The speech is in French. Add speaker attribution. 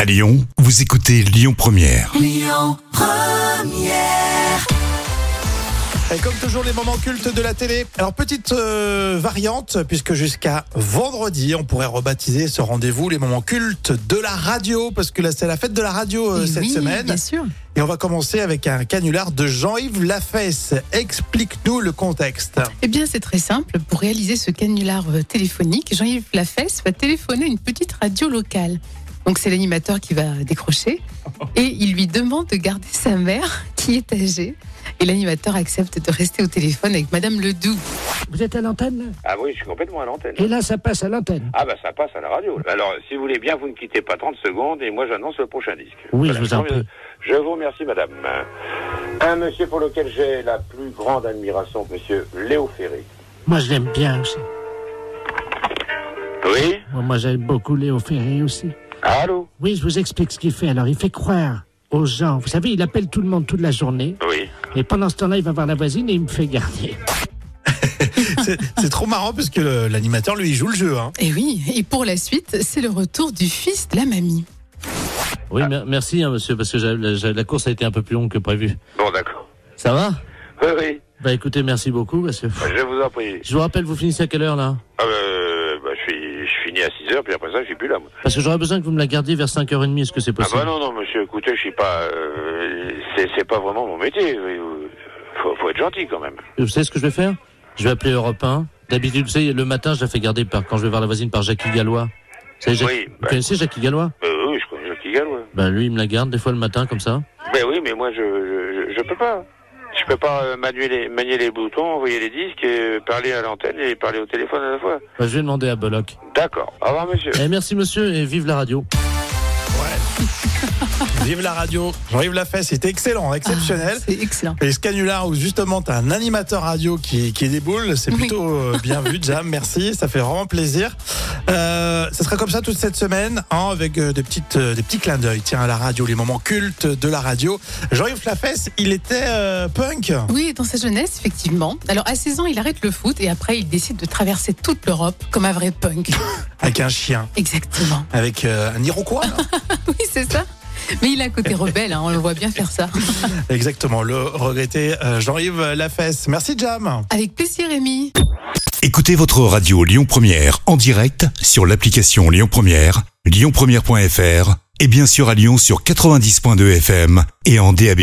Speaker 1: À Lyon, vous écoutez Lyon Première.
Speaker 2: Et comme toujours, les moments cultes de la télé. Alors, petite euh, variante, puisque jusqu'à vendredi, on pourrait rebaptiser ce rendez-vous les moments cultes de la radio, parce que là, c'est la fête de la radio euh,
Speaker 3: Et
Speaker 2: cette
Speaker 3: Eh oui,
Speaker 2: semaine.
Speaker 3: Bien sûr.
Speaker 2: Et on va commencer avec un canular de Jean-Yves Lafesse. Explique-nous le contexte.
Speaker 3: Eh bien, c'est très simple. Pour réaliser ce canular euh, téléphonique, Jean-Yves Lafesse va téléphoner à une petite radio locale. Donc, c'est l'animateur qui va décrocher et il lui demande de garder sa mère qui est âgée. Et l'animateur accepte de rester au téléphone avec Madame Ledoux.
Speaker 4: Vous êtes à l'antenne
Speaker 5: Ah oui, je suis complètement à l'antenne.
Speaker 4: Et là, ça passe à l'antenne.
Speaker 5: Ah bah ça passe à la radio. Alors, si vous voulez bien, vous ne quittez pas 30 secondes et moi j'annonce le prochain disque.
Speaker 4: Oui, je vous en
Speaker 5: combien-
Speaker 4: prie.
Speaker 5: Je vous remercie, madame. Un monsieur pour lequel j'ai la plus grande admiration, monsieur Léo Ferré.
Speaker 4: Moi, je l'aime bien aussi.
Speaker 5: Oui
Speaker 4: Moi, moi, j'aime beaucoup Léo Ferré aussi.
Speaker 5: Allô
Speaker 4: Oui, je vous explique ce qu'il fait. Alors, il fait croire aux gens. Vous savez, il appelle tout le monde toute la journée.
Speaker 5: Oui.
Speaker 4: Et pendant ce temps-là, il va voir la voisine et il me fait garder.
Speaker 2: C'est c'est trop marrant, parce que le- l'animateur, lui, il joue le jeu. hein.
Speaker 3: Et Eh oui, et pour la suite, c'est le retour du fils de la mamie.
Speaker 6: Oui, mer- merci, hein, monsieur, parce que j'a- la, j'a- la course a été un peu plus longue que prévu.
Speaker 5: Bon, d'accord.
Speaker 6: Ça va
Speaker 5: Oui, oui.
Speaker 6: Bah écoutez, merci beaucoup, parce que... pff,
Speaker 5: Je vous en prie.
Speaker 6: Je vous rappelle, vous finissez à quelle heure, là
Speaker 5: Ah, euh, bah, je, suis, je finis à 6 heures, puis après ça, je suis plus là. moi.
Speaker 6: Parce que j'aurais besoin que vous me la gardiez vers 5h30, est-ce que c'est
Speaker 5: Ah
Speaker 6: possible
Speaker 5: bah non, non, monsieur, écoutez, je suis pas... euh, c'est c'est pas vraiment mon métier. oui, oui. Faut, faut être gentil quand même.
Speaker 6: Vous savez ce que je vais faire Je vais appeler Europe 1. D'habitude, vous savez, le matin, je la fais garder par, quand je vais voir la voisine par Jackie Gallois. Vous, savez, Jacques-
Speaker 5: Oui,
Speaker 6: vous
Speaker 5: bah-
Speaker 6: connaissez Jackie Gallois
Speaker 5: Euh, oui, je connais Jackie Gall, ouais.
Speaker 6: Bah lui, il me la garde des fois le matin, comme ça.
Speaker 5: Ben oui, mais moi je je, je peux pas. Je peux pas euh, manuer les, manier les boutons, envoyer les disques, et euh, parler à l'antenne et parler au téléphone à la fois.
Speaker 6: Bah, je vais demander à Bollock.
Speaker 5: D'accord. Au revoir, monsieur.
Speaker 6: Eh, merci, monsieur, et vive la radio.
Speaker 2: Vive la radio. Jean-Yves Lafesse, c'était excellent, exceptionnel.
Speaker 3: Ah, c'est excellent.
Speaker 2: Et ce canular où justement t'as un animateur radio qui, qui déboule, c'est
Speaker 3: Oui.
Speaker 2: plutôt euh, bien vu, Jam. Merci, ça fait vraiment plaisir. Euh, ça sera comme ça toute cette semaine, hein, avec euh, des petites, euh, des petits clins d'œil. Tiens, à la radio, les moments cultes de la radio. Jean-Yves Lafesse, il était euh, punk.
Speaker 3: Oui, dans sa jeunesse, effectivement. Alors, à 16 ans, il arrête le foot et après, il décide de traverser toute l'Europe comme un vrai punk.
Speaker 2: Avec un chien,
Speaker 3: Exactement.
Speaker 2: avec euh, un Iroquois. là.
Speaker 3: Oui, c'est ça. Mais il a un côté rebelle, hein, on le voit bien faire ça.
Speaker 2: Exactement, le regretté euh, Jean-Yves Lafesse. Merci, Jam.
Speaker 3: Avec plaisir, Rémi.
Speaker 1: Écoutez votre radio Lyon Première en direct sur l'application Lyon Première, lyonpremière.fr et bien sûr à Lyon sur 90.2 FM et en DAB+.